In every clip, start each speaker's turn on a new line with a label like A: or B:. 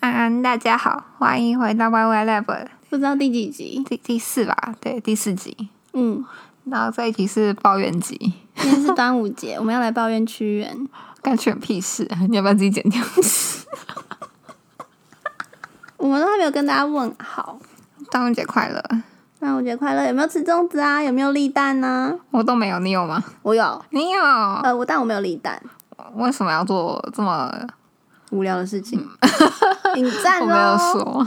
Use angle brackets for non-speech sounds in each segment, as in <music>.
A: 安安，大家好，欢迎回到 YY Lab
B: 不知道第几集。
A: 第第四吧，对，第四集。
B: 嗯，
A: 然后这一集是抱怨集，
B: 今天是端午节，我们要来抱怨屈原。
A: 干全屁事， <laughs> 你要不要自己剪掉？
B: <laughs> 我们都还没有跟大家问好。
A: 端午节快乐！
B: 端午节快乐！有没有吃粽子啊？有没有立蛋呢、
A: 我都没有，你有吗？
B: 我有，
A: 你有？
B: 呃，我但我没有立蛋，
A: 为什么要做这么？
B: 无聊的事情。 <laughs> 引战
A: 我没有
B: 喽！
A: 说。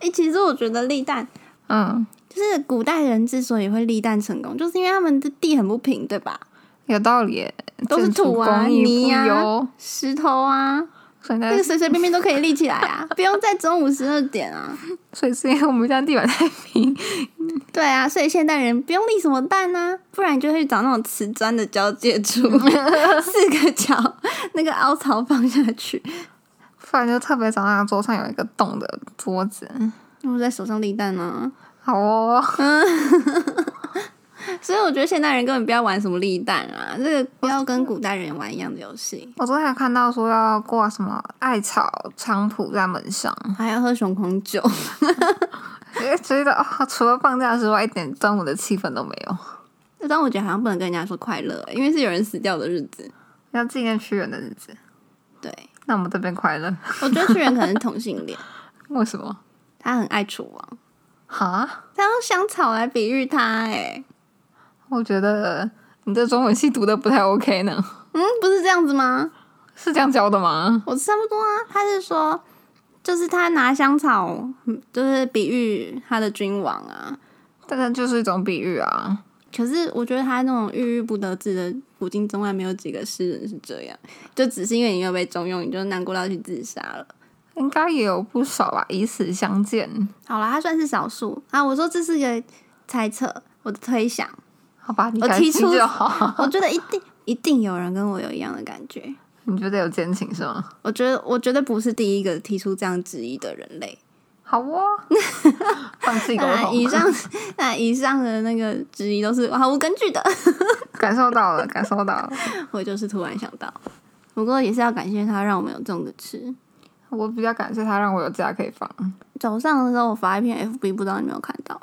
B: 哎、其实我觉得立蛋
A: 嗯，
B: 就是古代人之所以会立蛋成功，就是因为他们的地很不平，对吧？
A: 有道理耶，
B: 都是
A: 建筑
B: 土啊
A: 工艺
B: 泥啊
A: 不油
B: 石头啊，
A: 所以
B: 那
A: 呢
B: 个，随随便便都可以立起来啊，不用在中午十二点啊。
A: 所以是因为我们家地板太 <laughs> 平，
B: 对啊，所以现代人不用立什么蛋啊，不然你就会找那种瓷砖的交界处，四个角那个凹槽放下去。
A: 不然就特别找那个桌上有一个洞的桌子。
B: 我在手上立蛋啊呢、
A: 好哦，
B: 所以我觉得现代人根本不要玩什么立蛋啊，这个不要跟古代人玩一样的游戏，
A: 我昨天还看到说要挂什么艾草菖蒲在门上，
B: 还要喝雄黄酒。 <laughs>
A: 因为 <laughs> 觉得哦，除了放假之外，一点端午的气氛都没有。
B: 但我觉得好像不能跟人家说快乐，因为是有人死掉的日子。
A: 要纪念屈原的日子，
B: 对，
A: 那我们这边快乐。 <laughs>
B: 我觉得屈原可能是同性恋，
A: 为什么？
B: 他很爱楚王，
A: 哈？
B: 他用香草来比喻他、哎，
A: 我觉得你这中文系读的不太 OK 呢，
B: 嗯，不是这样子吗？
A: 是这样教的吗？
B: 我差不多啊。他是说，就是他拿香草，嗯就是比喻他的君王啊。
A: 但是就是一种比喻啊。
B: 可是我觉得他那种郁郁不得志的，古今中外没有几个诗人是这样，就只是因为你没有被重用，你就难过到去自杀了。
A: 应该也有不少吧，以死相见，
B: 好啦，他算是少数啊。我说这是个猜测，我的推想，
A: 好吧？你
B: 我
A: 开
B: 提
A: 心
B: 出
A: 就好。 <laughs>
B: 我觉得一定一定有人跟我有一样的感觉。
A: 你觉得有奸情是吗？
B: 我觉得我绝对不是第一个提出这样质疑的人类。
A: 好哦， <laughs> 放弃沟 <laughs>
B: 当然，以
A: 通，
B: 上 <laughs> 那以上的那个质疑都是毫无根据的。
A: 感受到了，感受到了。
B: 我就是突然想到，不过也是要感谢他，让我们有粽子吃。
A: 我比较感谢他让我有假可以放。
B: 早上的时候，我发一篇 FB，不知道你有没有看到？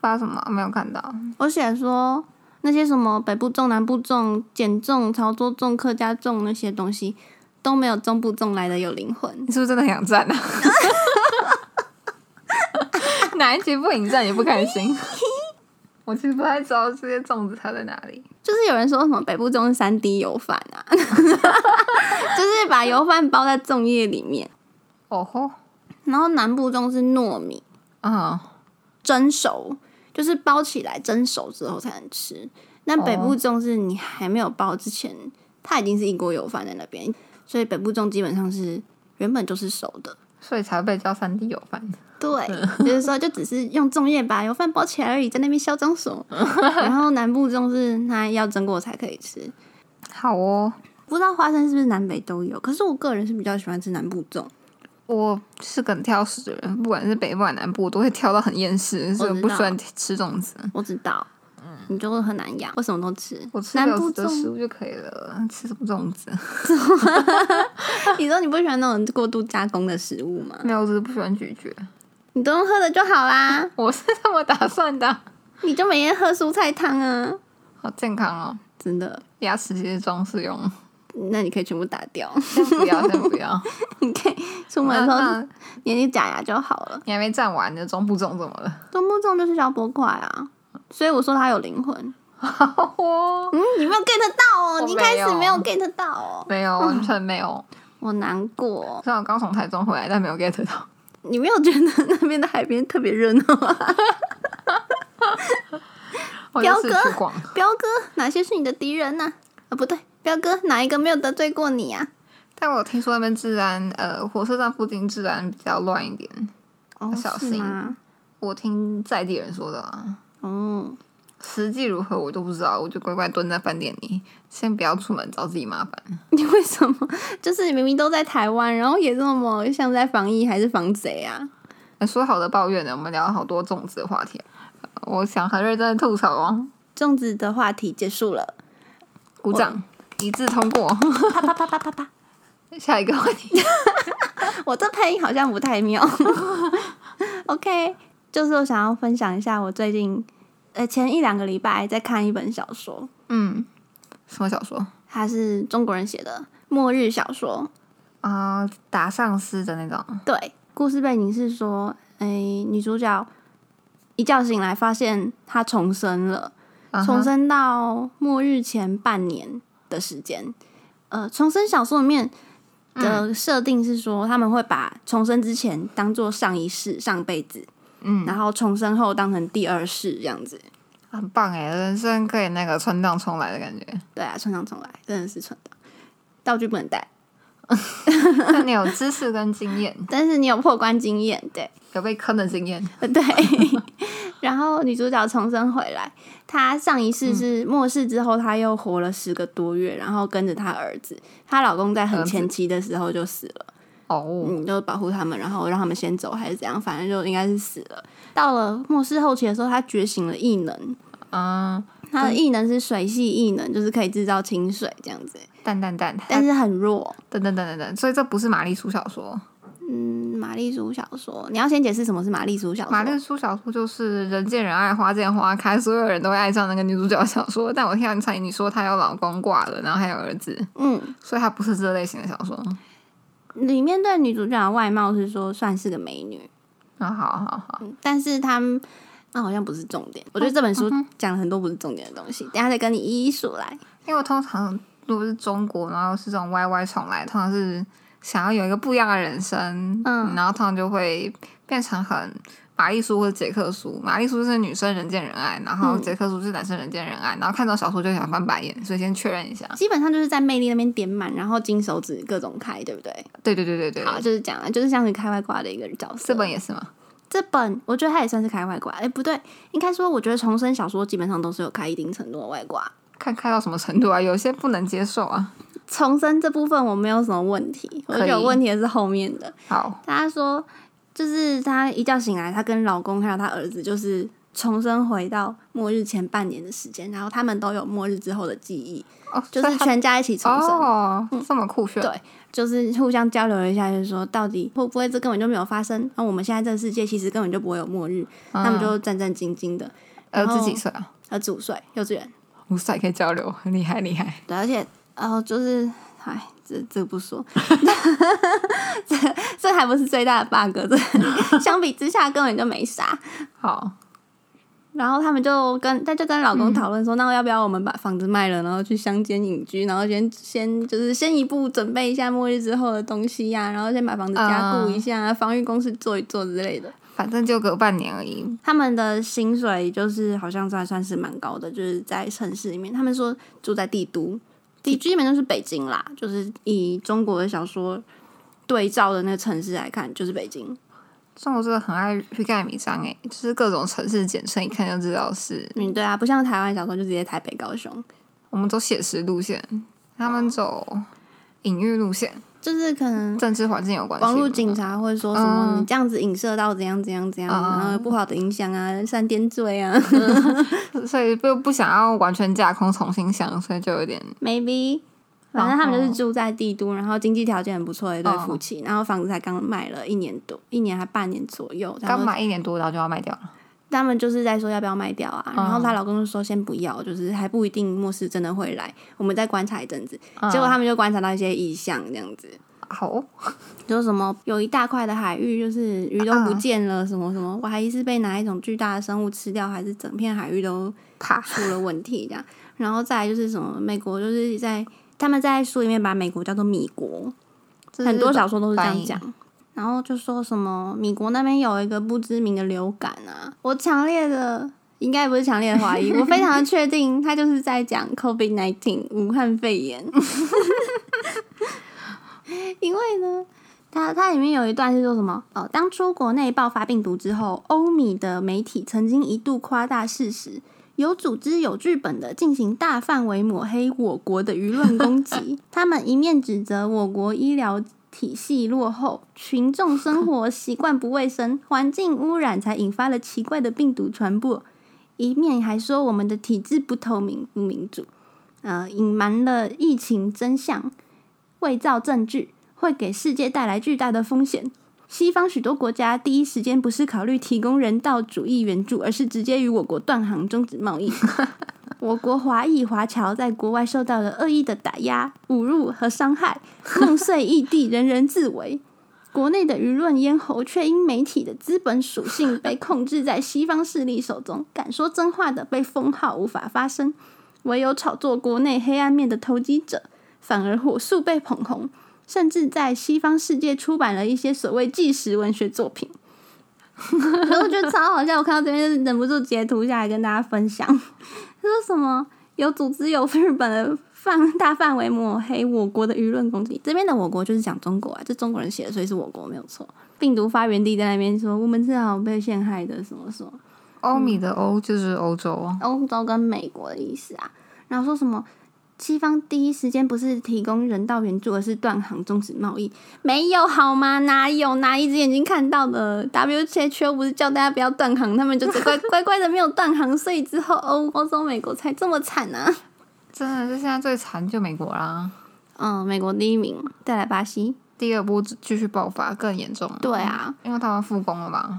A: 发什么？没有看到。
B: 我写说那些什么北部粽、南部粽、减粽、潮州粽、客家粽那些东西，都没有中部粽来的有灵魂。
A: 你是不是真的很想站啊？ <laughs> 哪一集不引战也不开心。 <laughs> 我其实不太知道这些粽子它在哪里。
B: 就是有人说什么北部粽是三 D 油饭啊， <laughs> 就是把油饭包在粽叶里面，
A: 哦吼，
B: 然后南部粽是糯米，
A: 嗯，
B: 蒸熟，就是包起来蒸熟之后才能吃。那北部粽是你还没有包之前，它已经是一锅油饭在那边，所以北部粽基本上是原本就是熟的。
A: 所以才被叫三 D 油饭。
B: 对，就是说就只是用粽叶把油饭包起来而已，在那边嚣张什 <laughs> 么？然后南部粽是它要蒸过才可以吃。
A: 好哦，
B: 不知道花生是不是南北都有，可是我个人是比较喜欢吃南部粽，
A: 我是个很挑食的人，不管是北部还是南部，我都会挑到很厌世，所以我不喜欢吃粽子。
B: 我知道，你就会很难养，嗯我什么都吃。
A: 我吃
B: 南
A: 有
B: 部
A: 的
B: 粽，
A: 食物就可以了，吃什么粽子？
B: <laughs> 你说你不喜欢那种过度加工的食物吗？
A: 没有，我只是不喜欢咀嚼。
B: 你都用喝的就好啦，
A: <laughs> 我是这么打算的，啊
B: 你就每天喝蔬菜汤啊，
A: 好健康哦。
B: 真的。
A: 牙齿其实装饰用，
B: 那你可以全部打 <laughs> 掉，
A: 先不 <laughs> 要，先不要。
B: 你可以出门
A: 那
B: 的时
A: 那
B: 候粘一假牙就好了。
A: 你还没站完，你的中部粽怎么了？
B: 中不中就是小波块啊，所以我说它有灵魂。 <laughs> 嗯，你没有 get 到哦，
A: 我
B: 你一开始
A: 没
B: 没
A: 有
B: 有 get 到哦，
A: 没有，完全没有。
B: 我难过哦。
A: 虽然我刚从台中回来，但没有 get 到。
B: 你没有觉得那边的海边特别热闹吗？
A: 我就
B: 彪
A: 是
B: 哥
A: 去逛，
B: <laughs> 彪哥，哪些是你的敌人呢、啊？不对，彪哥哪一个没有得罪过你啊呀、
A: 但我听说那边治安，呃，火车站附近治安比较乱一点。
B: 啊？哦，
A: 小
B: 是
A: 心
B: 吗？
A: 我听在地人说的啦，
B: 哦，
A: 实际如何我都不知道，我就乖乖蹲在饭店里，先不要出门找自己麻烦。
B: <laughs> 你为什么就是明明都在台湾，然后也这么像在防疫还是防贼啊？
A: 呃说好的抱怨呢？我们聊了好多粽子的话题，呃我想很认真的吐槽哦。
B: 粽子的话题结束了，
A: 鼓掌，一致通过。
B: 啪啪啪啪啪啪。
A: <laughs> 下一个话题，
B: 我这配音好像不太妙。OK，就是我想要分享一下我最近，呃，前一两个礼拜在看一本小说，
A: 嗯，什么小说
B: 它是中国人写的末日小说。
A: 啊、打丧尸的那种，
B: 对，故事背景是说，哎、女主角一觉醒来发现她重生了。
A: 嗯
B: 重
A: 哼
B: 生到末日前半年的时间。呃，重生小说里面
A: 嗯
B: 的设定是说，他们会把重生之前当做上一世、上辈子，
A: 嗯，
B: 然后重生后当成第二世这样子。
A: 很棒哎，人生可以那个穿档重来的感觉。 <laughs>
B: 对啊，村上重来真的是村长，道具不能带，
A: 但你有知识跟经验， <laughs>
B: 但是你有破关经验，对。 <laughs>
A: 有被坑的经验， <laughs>
B: 对，然后女主角重生回来，她上一世
A: 嗯
B: 是末世之后，她又活了十个多月，然后跟着她儿子，她老公在很
A: 儿子
B: 前期的时候就死了，
A: 哦，
B: 嗯，就保护他们，然后让他们先走还是怎样，反正就应该是死了。到了末世后期的时候，她觉醒了异能，
A: 嗯，
B: 她的异能是水系异能，就是可以制造清水这样子，
A: 蛋蛋蛋，
B: 但是很弱。
A: 等等等等等，所以这不是玛丽苏小说，
B: 嗯，玛丽苏小说，你要先解释什么是玛丽苏小说？
A: 玛丽苏小说就是人见人爱，花见花开，所有人都会爱上那个女主角小说。但我听到才你说她有老公挂了，然后还有儿子，
B: 嗯，
A: 所以她不是这类型的小说。哦
B: 里面对女主角的外貌是说算是个美女，
A: 啊，好好好，
B: 但是他们啊那好像不是重点。我觉得这本书讲了很多不是重点的东西，等一下再跟你一一数来。
A: 因为我通常如果是中国，然后是这种 YY 重来，通常是想要有一个不一样的人生，
B: 嗯
A: 然后通常就会变成很。玛丽苏或者杰克苏，玛丽苏是女生人见人爱，然后
B: 嗯
A: 杰克苏是男生人见人爱，然后看到小说就想翻白眼，所以先确认一下。
B: 基本上就是在魅力那边点满，然后金手指各种开，对不对？
A: 对对对对对，
B: 好，就是讲了，就是像是开外挂的一个角色。
A: 这本也是吗？
B: 这本我觉得它也算是开外挂，哎，不对，应该说我觉得重生小说基本上都是有开一定程度的外挂。
A: 看开到什么程度啊？有些不能接受啊。
B: 重生这部分我没有什么问题，我觉
A: 可
B: 得
A: 以
B: 有问题的是后面的。
A: 好，
B: 她说，就是她一觉醒来，她跟老公还有她儿子，就是重生回到末日前半年的时间，然后他们都有末日之后的记忆，
A: 哦，
B: 就
A: 所
B: 是
A: 以他
B: 全家一起重生，
A: 哦，这么酷炫，
B: 对就是互相交流了一下，就是说到底会不会这根本就没有发生？那、我们现在这个世界其实根本就不会有末日，
A: 嗯
B: 他们就战战兢兢的。
A: 呃
B: 然后
A: 自己岁啊，
B: 呃，五岁幼稚园，
A: 五岁可以交流，很厉害厉害。
B: 对，而且然后、就是，哎，这这不说，这这还不是最大的 bug，这 <laughs> 相比之下根本就没啥。
A: 好，
B: 然后他们就跟他就跟老公讨论说，那要不要我们把房子卖了，然后去乡间隐居，然后先先就是先一步准备一下末日之后的东西呀、然后先把房子加固一下啊、防御工事做一做之类的。
A: 反正就隔半年而已。
B: 他们的薪水就是好像算算是蛮高的，就是在城市里面，他们说住在帝都，帝基本上是北京啦，就是以中国的小说对照的那个城市来看，就是北京。
A: 中国真的很爱欲盖弥彰诶，就是各种城市简称一看就知道是，
B: 嗯，对啊，不像台湾小说就直接台北、高雄。
A: 我们走写实路线，他们走隐喻路线，
B: 就是可能
A: 政治环境有关系吗。
B: 网络警察会说什么
A: 嗯
B: 你这样子影射到怎样怎样怎样，
A: 嗯
B: 然后有不好的影响啊，煽颠罪啊
A: 所以不不想要完全架空重新想，所以就有点
B: <laughs>
A: <laughs>
B: ，maybe。反正他
A: 哦
B: 们就是住在帝都，然后经济条件很不错的一对
A: 嗯
B: 夫妻，然后房子才刚卖了一年多，一年还半年左右。然
A: 刚
B: 后
A: 买一年多，然后就要卖掉了。
B: 他们就是在说要不要卖掉啊，
A: 嗯
B: 然后她老公就说先不要，就是还不一定末世真的会来，我们再观察一阵子。 <laughs>
A: 嗯
B: 结果他们就观察到一些异象，这样子，
A: 好哦，
B: 就什么有一大块的海域，就是鱼都不见了，什么什么，我还疑似被哪一种巨大的生物吃掉，还是整片海域都
A: 怕
B: 出了问题这样。然后再来就是什么，美国就是在他们在书里面把美国叫做米国，很多小说都是这样讲。然后就说什么米国那边有一个不知名的流感啊，我强烈的应该不是强烈的怀 <laughs> 疑，我非常的确定他就是在讲 COVID nineteen 武汉肺炎， <laughs> 因为呢。它它里面有一段是说什么？哦，当初国内爆发病毒之后，欧米的媒体曾经一度夸大事实，有组织、有剧本的进行大范围抹黑我国的舆论攻 <laughs> 击。他们一面指责我国医疗体系落后，群众生活习惯不卫生，环境污染才引发了奇怪的病毒传播；一面还说我们的体制不透明、不民主，呃，隐瞒了疫情真相，伪造证据。会给世界带来巨大的风险。西方许多国家第一时间不是考虑提供人道主义援助，而是直接与我国断航终止贸易。我国华裔华侨在国外受到了恶意的打压、侮辱和伤害，弄碎异地，人人自危。国内的舆论咽喉却因媒体的资本属性被控制在西方势力手中，敢说真话的被封号无法发声，唯有炒作国内黑暗面的投机者反而火速被捧红，甚至在西方世界出版了一些所谓纪实文学作品。 <laughs> 然后我觉得超好笑，我看到这边就忍不住截图下来跟大家分享。 <laughs> 他说什么有组织、有日本的放大范围抹黑我国的舆论攻击，这边的我国就是讲中国啊，这中国人写的，所以是我国没有错。病毒发源地在那边说我们是好被陷害的，什么什么
A: 欧米的欧就是欧洲啊，
B: 欧洲跟美国的意思啊，然后说什么。西方第一时间不是提供人道援助，而是断航终止贸易，没有好吗？哪有？哪一只眼睛看到的？WHO 不是叫大家不要断航，他们就是乖乖乖的没有断航，所以之后欧欧洲、美国才这么惨啊！
A: 真的是现在最惨就美国啦，
B: 嗯，美国第一名，再来巴西，
A: 第二波继续爆发更严重。
B: 对，啊，
A: 因为他们复工了吧？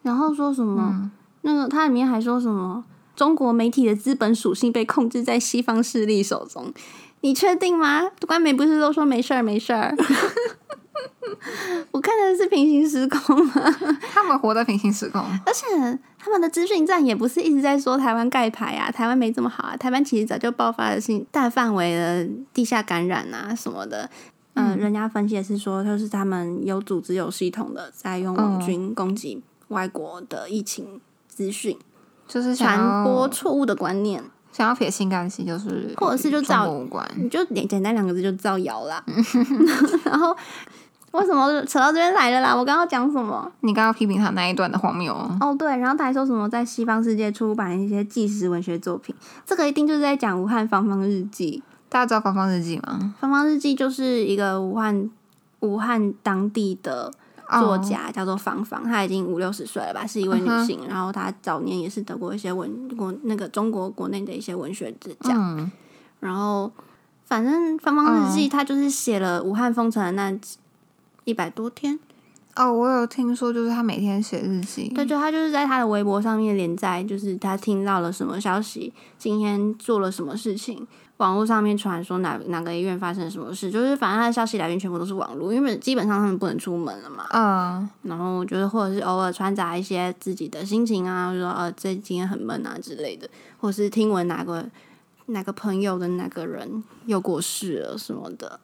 B: 然后说什么？那个它里面还说什么？中国媒体的资本属性被控制在西方势力手中，你确定吗？官媒不是都说没事儿没事儿？ <laughs> 我看的是平行时空吗？
A: 他们活在平行时空，
B: 而且他们的资讯站也不是一直在说台湾盖牌啊，台湾没这么好啊，台湾其实早就爆发了性大范围的地下感染啊什么的。嗯，人家分析的是说，就是他们有组织、有系统的在用网军攻击外国的疫情资讯，
A: 就是想
B: 传
A: 要
B: 播错误的观念。
A: 嗯想要撇清干系，就是
B: 或者是就
A: 与
B: 造
A: 中国无关。
B: 你就简简单两个字就造谣啦。 <laughs> 然后为什么扯到这边来了啦？我刚刚讲什么？
A: 你刚刚批评他那一段的荒谬哦，
B: 哦，对，然后他还说什么在西方世界出版一些纪实文学作品，这个一定就是在讲武汉芳芳日记。
A: 大家知道《芳芳日记》吗？
B: 芳芳日记就是一个武汉武汉当地的作
A: 哦
B: 家，叫做芳芳，她已经五六十岁了吧，是一位女
A: 嗯哼
B: 性。然后她早年也是得过一些文国那个中国国内的一些文学指奖。
A: 嗯，
B: 然后反正《芳芳日记》他就是写了武汉封城的那一百多天，
A: 哦，我有听说，就是他每天写日记，
B: 对，就他就是在他的微博上面连载，就是他听到了什么消息，今天做了什么事情，网络上面传说哪哪个医院发生了什么事，就是反正他的消息来源全部都是网络，因为基本上他们不能出门了嘛，
A: 嗯，
B: 然后就是或者是偶尔穿杂一些自己的心情啊，就说呃这今天很闷啊之类的，或是听闻哪个哪个朋友的哪个人又过世了什么的，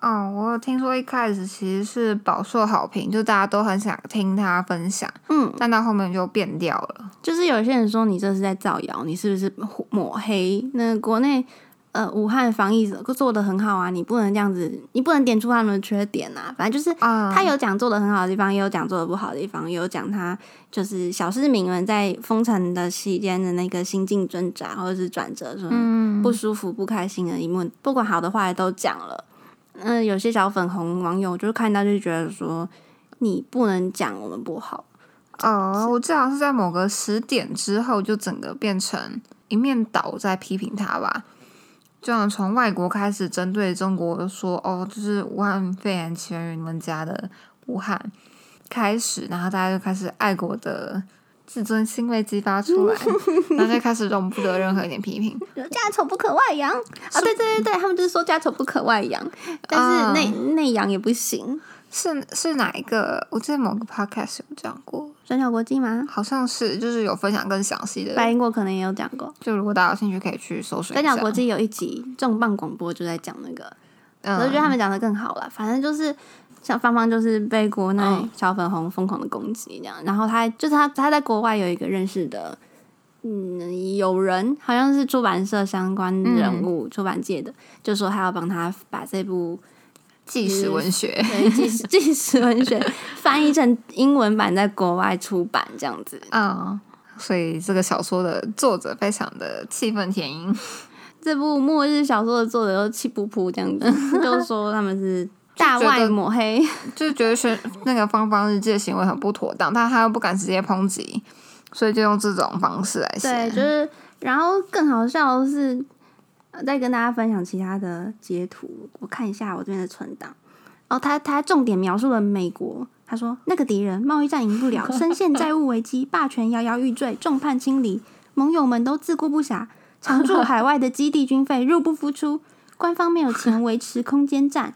A: 哦，我有听说一开始其实是饱受好评，就大家都很想听他分享，
B: 嗯，
A: 但到后面就变掉了。
B: 就是有些人说你这是在造谣，你是不是抹黑？那国内呃武汉防疫做的很好啊，你不能这样子，你不能点出他们的缺点啊。反正就是
A: 啊、
B: 他有讲做的很好的地方，也有讲做的不好的地方，也有讲他就是小市民们在封城的期间的那个心境挣扎或者是转折，说
A: 嗯，
B: 不舒服、不开心的一幕，不管好的坏的都讲了。嗯、有些小粉红网友就是看到就觉得说，你不能讲我们不好。
A: 哦，我记得好像是在某个时点之后，就整个变成一面倒在批评他吧。就想从外国开始针对中国说，哦，就是武汉肺炎起源于你们家的武汉开始，然后大家就开始爱国的自尊心被激发出
B: <laughs>
A: 来，然后就开始容不得任何一点批评。
B: 家丑不可外扬啊！对对对对，他们就是说家丑不可外扬，啊但是内内扬也不行。
A: 是是哪一个？我记得某个 podcast 有讲过，
B: 转角国际吗？
A: 好像是就是有分享更详细的。
B: 白英国可能也有讲过，
A: 就如果大家有兴趣，可以去搜寻一
B: 转
A: 下。
B: 角国际有一集重磅广播就在讲那个，
A: 嗯，
B: 我就觉得他们讲的更好了。反正就是像芳芳就是被国内
A: 嗯
B: 小粉红疯狂的攻击这样，然后他就是他他在国外有一个认识的，嗯，友人好像是出版社相关人物，出版界的，就说他要帮他把这部
A: 纪实文学。
B: 对，纪实纪实文学翻译成英文版，在国外出版这样子。
A: 嗯，所以这个小说的作者非常的气愤填膺。
B: 这部末日小说的作者都气噗噗这样子， <laughs> 就说他们是大外抹黑。
A: 就是觉得学那个芳芳日记的行为很不妥当，但他又不敢直接抨击，所以就用这种方式来写。
B: 对，就是，然后更好笑的是，呃再跟大家分享其他的截图，我看一下我这边的存档。哦，他他重点描述了美国。他说：“那个敌人，贸易战赢不了，深陷债务危机，霸权摇摇欲坠，众叛亲离，盟友们都自顾不暇，常驻海外的基地军费入不敷出，官方没有钱维持空间站，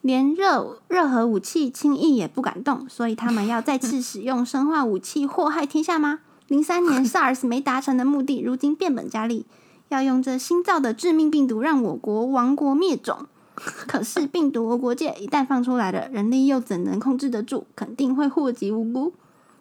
B: 连热热核武器轻易也不敢动，所以他们要再次使用生化武器祸害天下吗？零三年 SARS 没达成的目的，如今变本加厉，要用这新造的致命病毒让我国亡国灭种。”可是病毒无国界，一旦放出来了，人力又怎能控制得住？肯定会祸及无辜。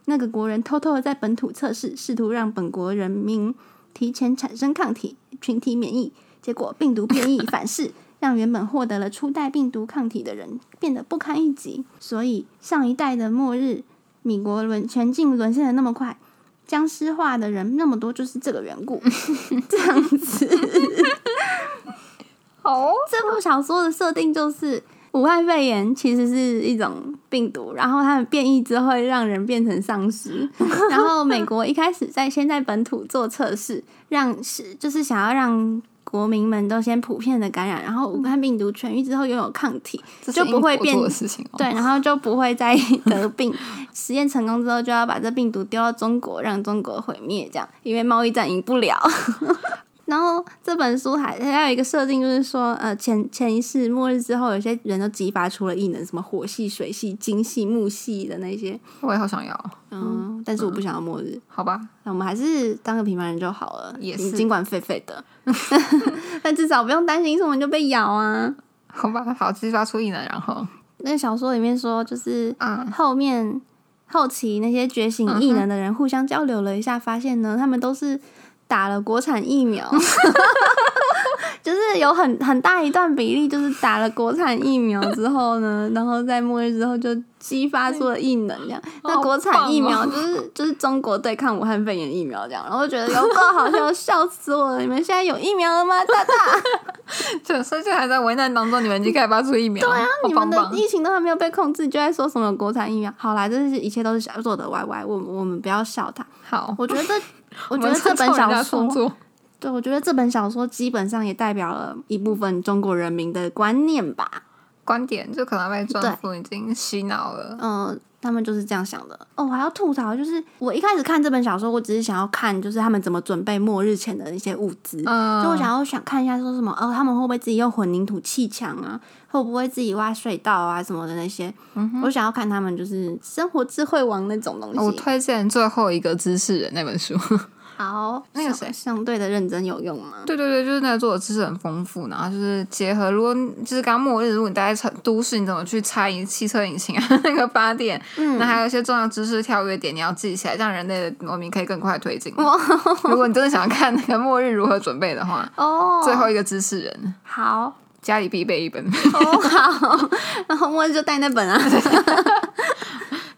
B: 那个国人偷偷的在本土测试，试图让本国人民提前产生抗体，群体免疫。结果病毒变异反噬，让原本获得了初代病毒抗体的人变得不堪一击。所以上一代的末日，米国沦全境沦陷的那么快，僵尸化的人那么多，就是这个缘故。这样子。
A: 哦，
B: 这部小说的设定就是武汉肺炎其实是一种病毒，然后它们变异之后会让人变成丧尸。然后美国一开始在先在本土做测试，让是就是想要让国民们都先普遍的感染，然后武汉病毒痊愈之后拥有抗体，
A: 这是
B: 就不会
A: 英国
B: 变
A: 做的事情哦。
B: 对，然后就不会再 <laughs> 得病。实验成功之后，就要把这病毒丢到中国，让中国毁灭，这样，因为贸易战赢不了。 <laughs> 然后这本书还还有一个设定，就是说，呃，前前一世末日之后，有些人都激发出了异能，什么火系、水系、金系、木系的那些，
A: 我也好想要，哦
B: 嗯，但是我不想要末日，
A: 好吧？
B: 那我们还是当个平凡人就好了，
A: 也
B: 尽
A: 是
B: 尽管狒狒的， <laughs> 但至少不用担心什么你就被咬啊。
A: 好吧，好，激发出异能，然后
B: 那个小说里面说，就是
A: 啊，
B: 后面后期那些觉
A: 嗯
B: 醒异能的人互相交流了一下，发现呢，他们都是打了国产
A: <laughs>
B: 疫苗，就是有很很大一段比例就是打了国产疫苗之后呢， <laughs> 然后在末日之后就激发出了异能，这样。那
A: 好
B: 国产疫苗
A: 棒哦
B: 就是就是中国对抗武汉肺炎疫苗这样，然后我觉得有够好笑， <laughs> 笑死我了！你们现在有疫苗了吗？大大，
A: 就甚至还在危难当中，你们已经开发出疫苗，对啊
B: 你们的
A: 棒
B: 疫情都还没有被控制，就在说什么国产疫苗？好啦，这是一切都是小作的歪歪，我们我们不要笑他。
A: 好，
B: 我觉
A: <laughs>
B: 得，我
A: 我
B: 觉得
A: 们
B: 这
A: 尊
B: 本
A: 重人
B: 小
A: 家创
B: 说，
A: 作
B: 对我觉得这本小说基本上也代表了一部分中国人民的观念吧。
A: 观点就可能被政府已经洗脑了。
B: 嗯、他们就是这样想的。哦，我还要吐槽，就是我一开始看这本小说，我只是想要看，就是他们怎么准备末日前的一些物资。
A: 嗯，
B: 就我想要想看一下，说什么哦，他们会不会自己用混凝土砌墙啊？会不会自己挖隧道啊什么的那些？
A: 嗯
B: 我想要看他们就是生活智慧王那种东西。
A: 我推荐最后一个知识人那本书。
B: 好，
A: 哦那个
B: 相
A: 谁
B: 相对的认真有用吗？
A: 对对对，就是那个作者知识很丰富，然后就是结合，如果就是刚刚末日，如果你待在城都市，你怎么去猜汽车引擎啊 <laughs> 那个发电？
B: 嗯
A: 那还有一些重要知识跳跃点，你要记起来，让人类的文明可以更快推进。如果你真的想看那个末日如何准备的话，
B: 哦，
A: 最后一个知识人
B: 好，
A: 家里必备一本， <laughs>
B: 哦好，然后我就带那本啊。 <laughs>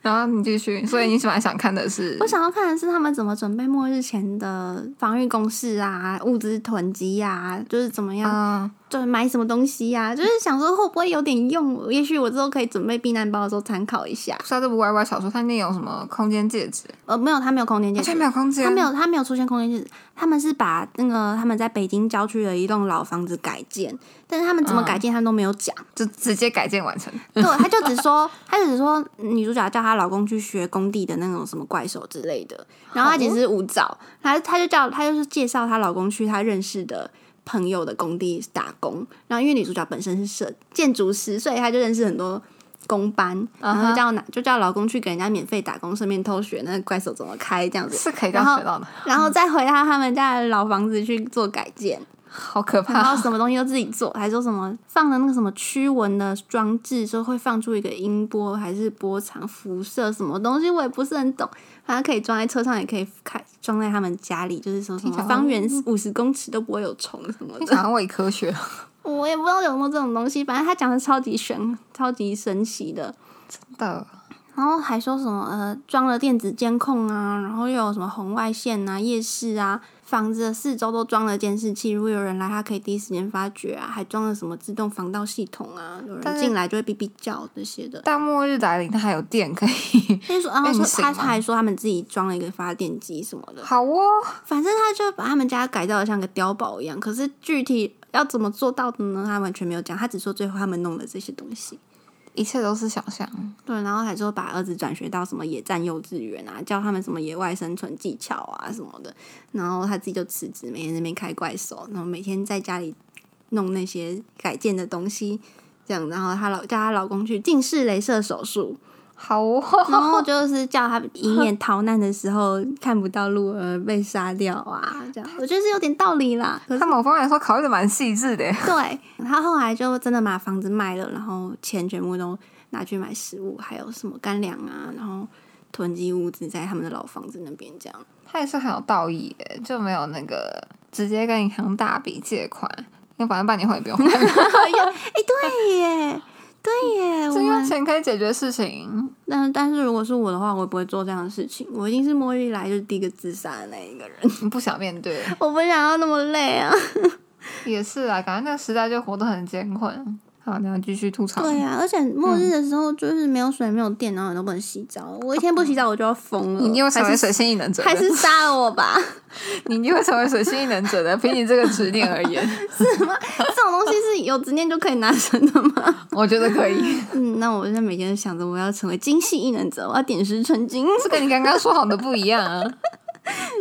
A: 然后你继续。所以你本来想看的是
B: 我想要看的是他们怎么准备末日前的防御工事啊，物资囤积啊，就是怎么样，
A: 嗯，
B: 就是买什么东西呀、啊，就是想说会不会有点用？也许我之后可以准备避难包的时候参考一下。
A: 不是啊这部 Y Y 小说，它那有什么空间戒指？
B: 呃，没有，他没有空间戒
A: 完全
B: 指
A: 哦没。有空间，
B: 他没有，他没有出现空间戒指，他们是把那个他们在北京郊区的一栋老房子改建，但是他们怎么
A: 嗯
B: 改建，他们都没有讲。
A: 就直接改建完成。
B: 对，他就只说，他就只说女主角叫她老公去学工地的那种什么怪手之类的，然后
A: 好
B: 她其实是舞蹈，她她就叫她就是介绍她老公去她认识的朋友的工地打工，然后因为女主角本身是设建筑师，所以她就认识很多工班，然
A: 嗯
B: 后就
A: 哼
B: 叫男就叫老公去给人家免费打工，顺便偷学那个怪手怎么开这样子，
A: 是可以这
B: 然
A: 样
B: 后
A: 学到的，
B: 然后再回到他们家的老房子去做改建。
A: 好可怕
B: 然
A: 哦！
B: 后什么东西都自己做，还说什么放了那个什么驱蚊的装置，说会放出一个音波还是波长辐射什么东西，我也不是很懂。反正可以装在车上，也可以开装在他们家里，就是说什么
A: 听起来
B: 方圆五十公尺都不会有虫什么
A: 你
B: 的。
A: 想要伪科学，
B: <laughs> 我也不知道有没有这种东西，反正他讲的超级玄、超级神奇的。
A: 真的
B: 然后还说什么呃，装了电子监控啊，然后又有什么红外线啊、夜视啊，房子的四周都装了监视器，如果有人来，他可以第一时间发觉啊，还装了什么自动防盗系统啊，有
A: 但
B: 人
A: 是
B: 进来就会哔哔叫这些的。
A: 但末日来临，它还有电可以，
B: 他就说，然后
A: 运
B: 说
A: 行
B: 他
A: 吗
B: 还说他们自己装了一个发电机什么的，
A: 好哦，
B: 反正他就把他们家改造的像个碉堡一样。可是具体要怎么做到的呢？他完全没有讲，他只说最后他们弄了这些东西。
A: 一切都是想象。
B: 对，然后还说把儿子转学到什么野战幼稚园啊，教他们什么野外生存技巧啊什么的，然后他自己就辞职，每天在那边开怪手，然后每天在家里弄那些改建的东西，这样，然后她老叫她老公去近视雷射手术，
A: 好哦，
B: 然后就是叫他以免逃难的时候看不到路而被杀掉啊，这样，我觉得是有点道理啦。可是
A: 他某方面来说考虑的蛮细致的耶。
B: <laughs> 对他后来就真的把房子卖了，然后钱全部都拿去买食物，还有什么干粮啊，然后囤积物资在他们的老房子那边这样。
A: 他也是很有道义耶，就没有那个直接跟银行大笔借款，因为反正半年后也不用还，
B: <laughs> 哎、对耶，对 <laughs> 耶，我
A: 这用
B: 们
A: 钱可以解决事情。
B: 但但是如果是我的话，我也不会做这样的事情，我一定是摸鱼来就是第一个自杀的那一个人， <laughs>
A: 你不想面对，
B: 我不想要那么累啊。
A: 也是啊，感觉那个时代就活得很艰困。好，你要继续吐槽。
B: 对呀、啊而且末日的时候就是没有水、没有电，然后你都不能洗澡。我一天不洗澡我就要疯了。
A: 你一定会成
B: 还
A: 为
B: 是
A: 水星异能者的，
B: 还是杀了我吧？ <laughs>
A: 你一定会成为水星异能者的？凭你这个执念而
B: <laughs>
A: 言，
B: 这种东西是有执念就可以拿 <laughs> 成的吗？
A: 我觉得可以。
B: 嗯，那我现在每天都想着我要成为精细异能者，我要点石成金。
A: 这跟你刚刚说好的不一样啊！ <laughs>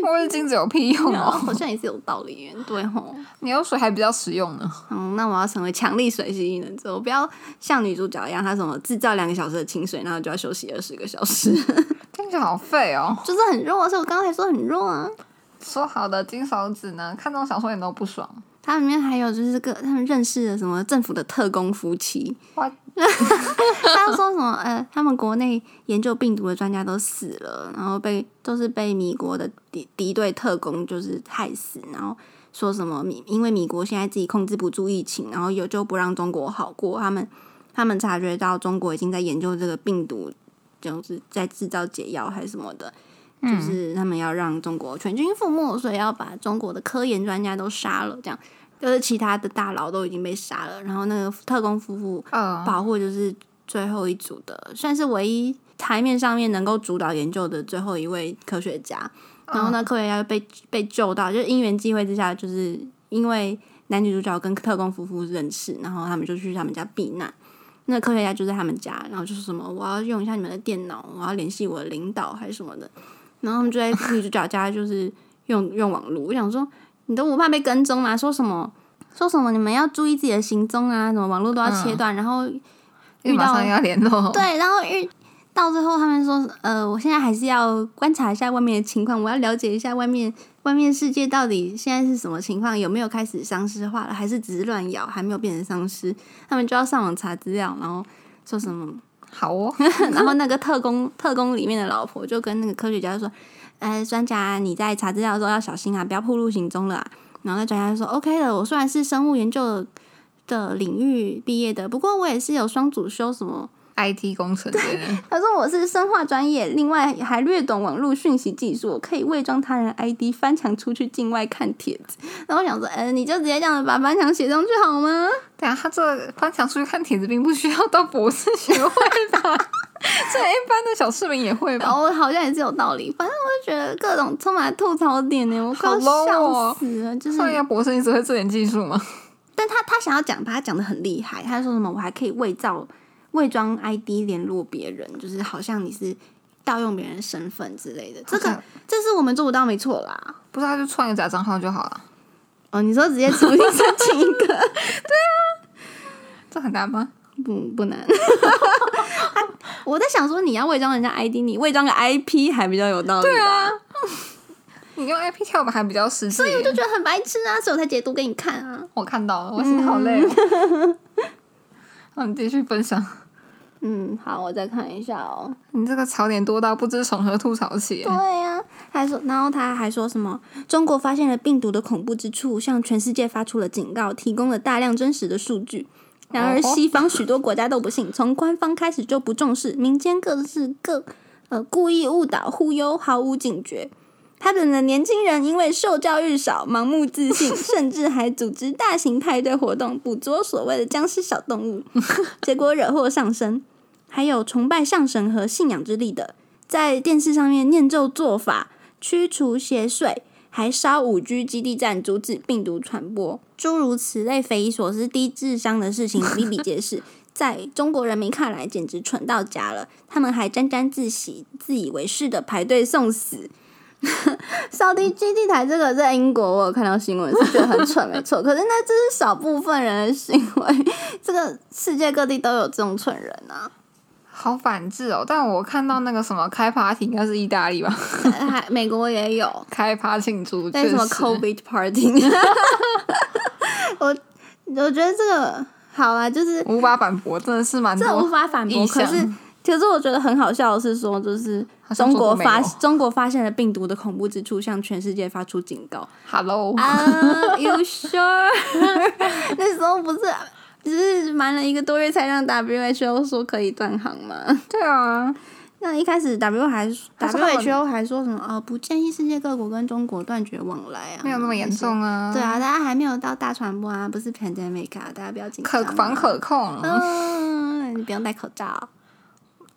A: 末日金子有屁用哦，
B: <laughs> 好像也是有道理耶，对吼。
A: 你有水还比较实用呢。
B: 嗯，那我要成为强力水系异能者，我不要像女主角一样，她什么制造两个小时的清水，然后就要休息二十个小时，
A: 听起来好废哦。
B: <laughs> 就是很弱。所以我刚才说很弱啊。
A: 说好的金手指呢？看这种小说你都不爽，
B: 它里面还有就是个他们认识的什么政府的特工夫妻，
A: 哇！
B: 他说什么？呃，他们国内研究病毒的专家都死了，然后被都是被米国的敌敌对特工就是害死，然后说什么米因为米国现在自己控制不住疫情，然后有就不让中国好过，他们他们察觉到中国已经在研究这个病毒，就是在制造解药还是什么的。就是他们要让中国全军覆没，所以要把中国的科研专家都杀了，这样就是其他的大佬都已经被杀了，然后那个特工夫妇
A: 嗯、
B: 保护就是最后一组的，算是唯一台面上面能够主导研究的最后一位科学家。然后呢，科学家被被救到，就是因缘际会之下，就是因为男女主角跟特工夫妇认识，然后他们就去他们家避难。那科学家就在他们家，然后就是什么我要用一下你们的电脑，我要联系我的领导还是什么的。然后他们就在女主角家就是用用网络，我想说你都不怕被跟踪吗？说什么说什么你们要注意自己的行踪啊，什么网络都要切断，然后
A: 因为马上要联络，哦
B: 对，然后遇到最后，他们说，呃，我现在还是要观察一下外面的情况，我要了解一下外面外面世界到底现在是什么情况，有没有开始丧尸化了，还是只是乱咬，还没有变成丧尸？他们就要上网查资料，然后说什么？
A: <laughs>
B: <laughs>
A: 好哦，
B: 然后那个特工特工里面的老婆就跟那个科学家说：“呃，专家，你在查资料的时候要小心啊，不要暴露行踪了、啊。”然后那专家就说：“OK 的，我虽然是生物研究的领域毕业的，不过我也是有双主修什么。”
A: IT 工程之类的，
B: 他说我是生化专业，另外还略懂网络讯息技术，我可以伪装他人 ID 翻墙出去境外看帖子。然后我想说，嗯、你就直接这样子把翻墙写上去好吗？
A: <laughs> 对啊，他这翻墙出去看帖子，并不需要到博士学位吧？ <laughs> 这一般的小市民也会
B: 然
A: 吧？
B: 后我哦好像也是有道理，反正我就觉得各种充满吐槽点呢，我快要
A: 好 low
B: 笑
A: 哦
B: 死了。就是，
A: 上一个博士，你只会这点技术吗？ <laughs>
B: 但他他想要讲，把他讲的很厉害，他说什么我还可以伪造伪装 ID 联络别人，就是好像你是盗用别人的身份之类的。这
A: 好
B: 个
A: 像
B: 这是我们做不到，没错啦。
A: 不是，他就创一个假账号就好了，
B: 哦，你说直接重新申请 <laughs> 一个，
A: 这很难吗？
B: 不不难。 <laughs> 我在想说，你要伪装人家 ID，你伪装个 IP 还比较有道理。对啊，
A: 你用 IP 跳吧还比较实际，
B: 哎我就觉得很白痴啊，所以我才解读给你看啊。 <laughs>
A: 我看到了，我心好累哦。 <laughs> 那你继续分享，
B: 嗯，好，我再看一下哦。
A: 你这个槽点多到不知从何吐槽起
B: 对。呀、啊，还说，然后他还说什么？中国发现了病毒的恐怖之处，向全世界发出了警告，提供了大量真实的数据。然而，
A: 哦
B: 西方许多国家都不信，从官方开始就不重视，民间各自各呃故意误导、忽悠，毫无警觉。他们的年轻人因为受教育少，盲目自信，甚至还组织大型派对活动，捕捉所谓的僵尸小动物，结果惹祸上身。还有崇拜上神和信仰之力的，在电视上面念咒做法，驱除邪祟，还烧五 G 基地站，阻止病毒传播，诸如此类匪夷所思、低智商的事情比比皆是。在中国人民看来简直蠢到家了，他们还沾沾自喜、自以为是的排队送死。 <laughs> 扫地基地台这个在英国我有看到新闻，是觉得很蠢没错，可是那这是少部分人的行为，这个世界各地都有这种蠢人啊，
A: 好反智哦！但我看到那个什么开 party 应该是意大利吧， <laughs>
B: 还还美国也有，
A: 开趴庆祝，
B: 那什么
A: 确实 <laughs>
B: COVID party，我我觉得这个好啊，就是
A: 无法反驳，真的是蛮
B: 这无
A: 多。
B: 法反驳。
A: 意
B: 可
A: 向
B: 是，可是我觉得很好笑的是说，就是
A: 好像
B: 中
A: 中国
B: 国发
A: 没有
B: 中国发现了病毒的恐怖之处，向全世界发出警告。
A: Hello，、
B: 啊、y <laughs> o u sure？那时候不是只是瞒了一个多月才让 WHO 说可以断航吗？ <laughs>
A: 对啊，
B: 那一开始 W 还
A: 还说他们
B: WHO 还说什么哦，不建议世界各国跟中国断绝往来啊，
A: 没有那么严重啊，
B: 对，啊，大家还没有到大传播啊，不是 pandemic 啊，大家不要紧张、
A: 可
B: 啊。
A: 防可控。
B: 嗯，你不用戴口罩。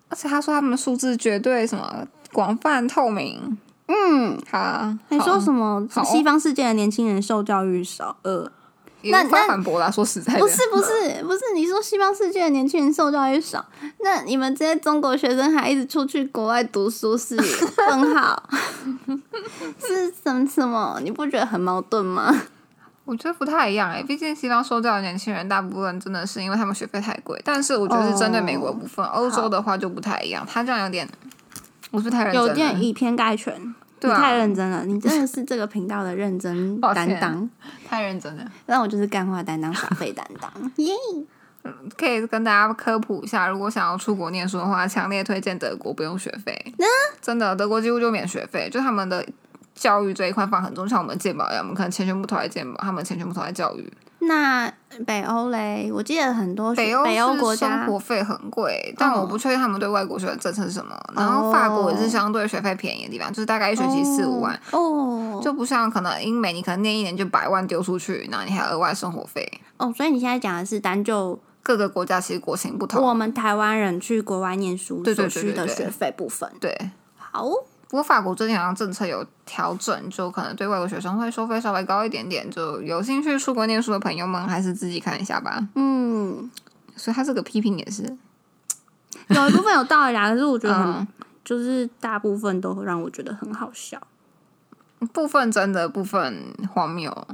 A: 而且他说他们数字绝对什么广泛透明，
B: 嗯，
A: 好啊，
B: 还
A: 好
B: 说什么
A: 好
B: 西方世界的年轻人受教育少？呃，
A: 也
B: 那
A: 无法
B: 那
A: 反驳啦，说实在的，
B: 不是不是不是，你说西方世界的年轻人受教育少，那你们这些中国学生还一直出去国外读
A: <laughs>
B: 书是很好， <laughs> 是什么什么？你不觉得很矛盾吗？
A: 我觉得不太一样诶、欸毕竟西方受教的年轻人大部分真的是因为他们学费太贵，但是我觉得是针对美国的部分，欧、洲的话就不太一样。他这样有点，我是不是太认真
B: 有
A: 了，
B: 点以偏概全。
A: 对啊
B: 你太认真了，你真的是这个频道的认真
A: 抱
B: 担
A: 歉
B: 当。
A: 太认真了。
B: 那我就是干话担当，耍废担当。耶、
A: 可以跟大家科普一下，如果想要出国念书的话，强烈推荐德国，不用学费。真的，德国几乎就免学费，就他们的教育这一块放很重，像我们健保一样，我们可能钱全部投在健保，他们钱全部投在教育。
B: 那北欧嘞，我记得很多
A: 北
B: 学
A: 欧
B: 北欧
A: 是
B: 国
A: 生
B: 家嗯
A: 活费很贵，但我不确定他们对外国学生政策是什么。然后
B: 哦
A: 法国也是相对学费便宜的地方，就是大概一学期四五万，
B: 哦，
A: 就不像可能英美，你可能念一年就百万丢出去，然后你还额外生活费。
B: 哦，所以你现在讲的是单就
A: 各个国家其实国情不同，
B: 我们台湾人去国外念书
A: 对对
B: 所
A: 对
B: 需的
A: 对对
B: 学费部分。
A: 对。
B: 好，
A: 不过法国最近好像政策有调整，就可能对外国学生会收费稍微高一点点。就有兴趣出国念书的朋友们，还是自己看一下吧。
B: 嗯，
A: 所以他这个批评也是，
B: 有一部分有道理啦，啊可是我觉得很
A: 嗯，
B: 就是大部分都会让我觉得很好
A: <laughs>
B: 笑。
A: 部分真的，部分荒谬。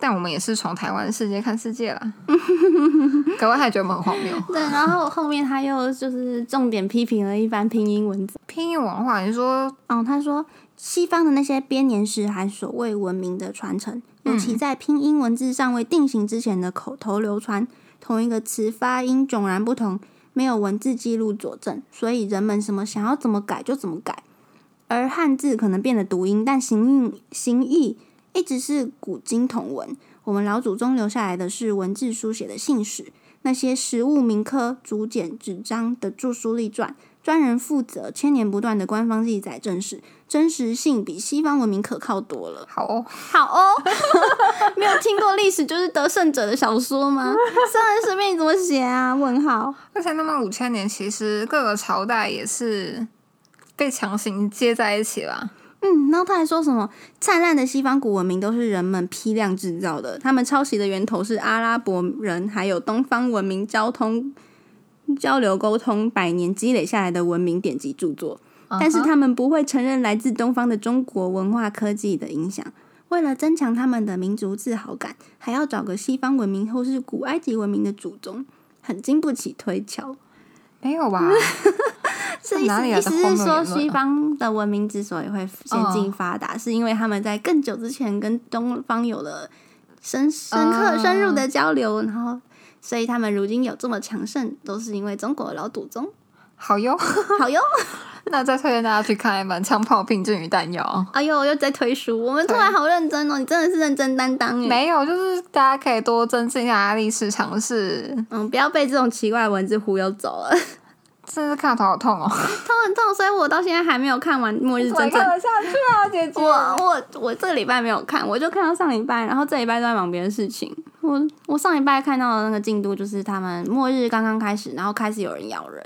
A: 但我们也是从台湾世界看世界啦，搞完还觉得我们很荒谬。
B: 对，然后后面他又就是重点批评了一番拼音文字。
A: 拼音文化，你说
B: 哦，他说西方的那些编年史还所谓文明的传承，尤其在拼音文字尚未定型之前的口头流传，同一个词发音迥然不同，没有文字记录佐证，所以人们什么想要怎么改就怎么改。而汉字可能变得读音，但形意形意一直是古今同文。我们老祖宗留下来的是文字书写的信史，那些实物名科、竹简、纸张的著书立传，专人负责、千年不断的官方记载证实，真实性比西方文明可靠多了。
A: 好哦，
B: 好哦， <laughs> 没有听过历史就是得胜者的小说吗？ <laughs> 圣人随便你怎么写啊？问号。
A: 而且那么五千年，其实各个朝代也是被强行接在一起啦。
B: 嗯，然后他还说什么灿烂的西方古文明都是人们批量制造的，他们抄袭的源头是阿拉伯人，还有东方文明交通交流沟通百年积累下来的文明典籍著作，但是
A: 嗯哼
B: 他们不会承认来自东方的中国文化科技的影响。为了增强他们的民族自豪感，还要找个西方文明或是古埃及文明的祖宗，很经不起推敲。
A: 没有
B: <laughs>
A: 吧？
B: 是
A: 这
B: 意
A: 哪
B: 思
A: 里
B: 意
A: 来的
B: 思是
A: 荒谬
B: 说，
A: 言论
B: 西
A: 啊哦
B: 方的文明之所以会先进发达，是因为他们在更久之前跟东方有了深深刻、
A: 嗯
B: 深入的交流，然后所以他们如今有这么强盛，都是因为中国老祖
A: <laughs>
B: 宗。
A: 好哟，
B: 好哟，
A: 那再推荐大家去看一本《枪炮、病菌与弹药
B: 哎呦，又在推书，我们突
A: 对
B: 然好认真哦，你真的是认真担当》，耶。
A: 没有，就是大家可以多增进一下历史常识。
B: 嗯，不要被这种奇怪的文字忽悠走了， <laughs>
A: 真是看到头好痛哦，
B: 痛很痛，所以我到现在还没有看完《末日
A: 怎
B: 侦
A: 么
B: 探
A: 看》。得下去啊，姐姐？
B: 我我我这个礼拜没有看，我就看到上礼拜，然后这礼拜都在忙别的事情。我我上礼拜看到的那个进度就是他们末日刚刚开始，然后开始有人咬人，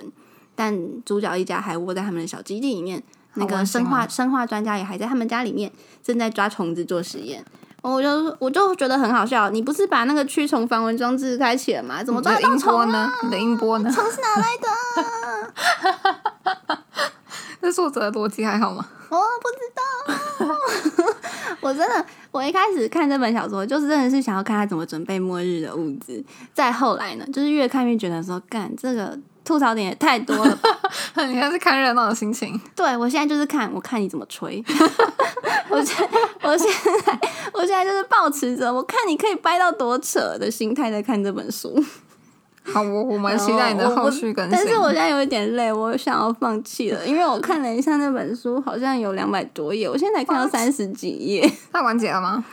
B: 但主角一家还窝在他们的小基地里面，那
A: 好
B: 个
A: 温馨
B: 生化
A: 哦
B: 生化专家也还在他们家里面正在抓虫子做实验。我就我就觉得很好笑，你不是把那个驱虫防蚊装置开启了吗？怎么
A: 你
B: 抓
A: 的
B: 得到
A: 音
B: 虫
A: 波
B: 啊？
A: 呢？你的音波呢？
B: 虫是哪来的？
A: <laughs> 这作者的逻辑还好吗？ <laughs>
B: 我哦不知道。 <laughs> 我真的，我一开始看这本小说，就是真的是想要看他怎么准备末日的物资。再后来呢，就是越看越觉得说，干这个吐槽点也太多
A: <laughs>
B: 了吧。
A: 你还是看热闹的心情。
B: 对我现在就是看，我看你怎么吹。 <laughs> 我现我现在我现在就是保持着我看你可以掰到多扯的心态在看这本书。
A: 好，我我蛮期待你
B: 然
A: 的
B: 哦后我
A: 后续更新。
B: 但是我现在有一点累，我想要放弃了，因为我看了一下那本书，好像有两百多页，我现在才看到三十几页。
A: 那完结了吗？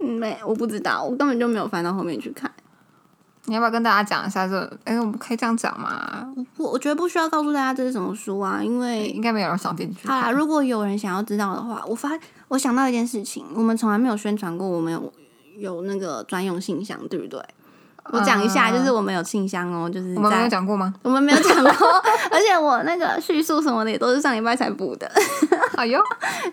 B: 嗯没，我不知道，我根本就没有翻到后面去看。
A: 你要不要跟大家讲一下这？哎、我们可以这样讲吗？
B: 我我觉得不需要告诉大家这是什么书啊，因为
A: 应该没有人想进去。
B: 好啦，如果有人想要知道的话，我发我想到一件事情，我们从来没有宣传过我们有有那个专用信箱，对不对？我讲一下，
A: 嗯
B: 就是我们有信箱哦，就是
A: 我们没有
B: 在
A: 讲过吗？
B: 呃
A: <laughs>
B: 我们没有讲过， <laughs> 而且我那个叙述什么的也都是上礼拜才补的。
A: 哎呦，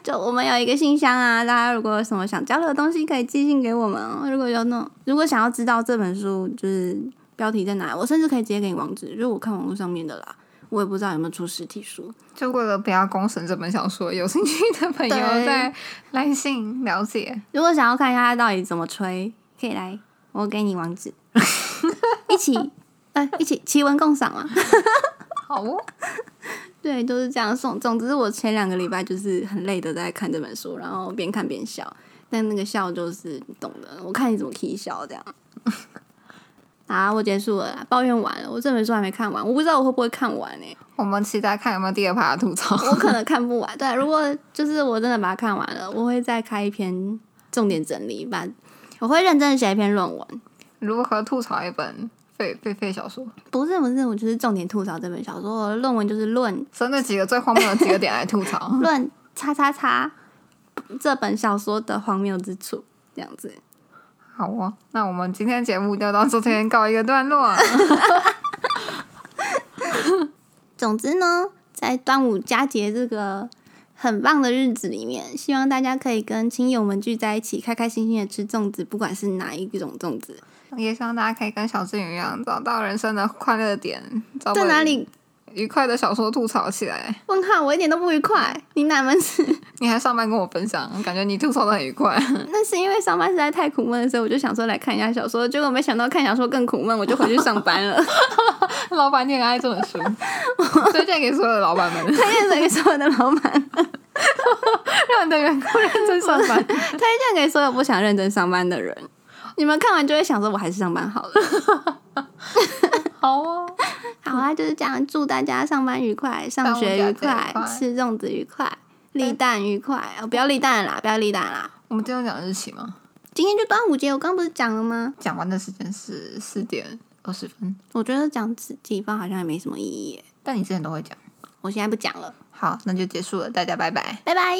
B: 就我们有一个信箱啊，大家如果有什么想交流的东西，可以寄信给我们哦。如果有那种，如果想要知道这本书就是标题在哪，我甚至可以直接给你网址，就是我看网络上面的啦。我也不知道有没有出实体书，
A: 就为了不要公审这本小说，有兴趣的朋友
B: 对
A: 再来信了解。
B: 如果想要看一下它到底怎么吹，可以来，我给你网址， <laughs> 一起，呃，一起奇闻共赏啊嘛。
A: 好哦，
B: 对，都、是这样送。总之，我前两个礼拜就是很累的在看这本书，然后边看边笑，但那个笑就是你懂的，我看你怎么可以笑这样。 <laughs> 啊，我结束了啦，抱怨完了，我这本书还没看完，我不知道我会不会看完呢、
A: 我们期待看有没有第二趴的吐槽。
B: 我可能看不完。对， <laughs> 如果就是我真的把它看完了，我会再开一篇重点整理，把我会认真地写一篇论文。
A: 如何吐槽一本废废废小说？
B: 不是不是，我就是重点吐槽这本小说，我的论文就是论。
A: 从那几个最荒谬的几个点来吐槽
B: <laughs> 论叉叉叉这本小说的荒谬之处，这样子。
A: 好哦，那我们今天节目就到这边告一个段落。 <laughs>
B: 总之呢，在端午佳节这个很棒的日子里面，希望大家可以跟亲友们聚在一起，开开心心的吃粽子，不管是哪一种粽子，
A: 也希望大家可以跟小志云一样，找到人生的快乐点，找
B: 在
A: 本
B: 哪里？
A: 愉快的小说吐槽起来。
B: 问号，我一点都不愉快。你哪门子？
A: 你还上班跟我分享，感觉你吐槽的很愉快。
B: <laughs>
A: <laughs>
B: 那是因为上班实在太苦闷了，所以我就想说来看一下小说，结果没想到看小说更苦闷，我就回去上班了。
A: 老板，你很爱这本书，推荐给所有的老板
B: <laughs>
A: 们，
B: 推荐给所有的老板。
A: 让你的员工认真上班。
B: <laughs> 推荐给所有不想认真上班的人。你们看完就会想说，我还是上班好了。
A: 好哦，
B: 好啊，就是这样，祝大家上班愉快，上学愉快，
A: 端午节
B: 吃粽子愉快，立蛋愉快。哦，不要立蛋啦，不要立蛋啦。
A: 我们今天有讲日期吗？
B: 今天就端午节，我刚不是讲了吗？
A: 讲完的时间是四点二十分，
B: 我觉得讲此地方好像也没什么意义耶，
A: 但你之前都会讲。
B: 我现在不讲了，
A: 好，那就结束了，大家拜拜。
B: 拜拜。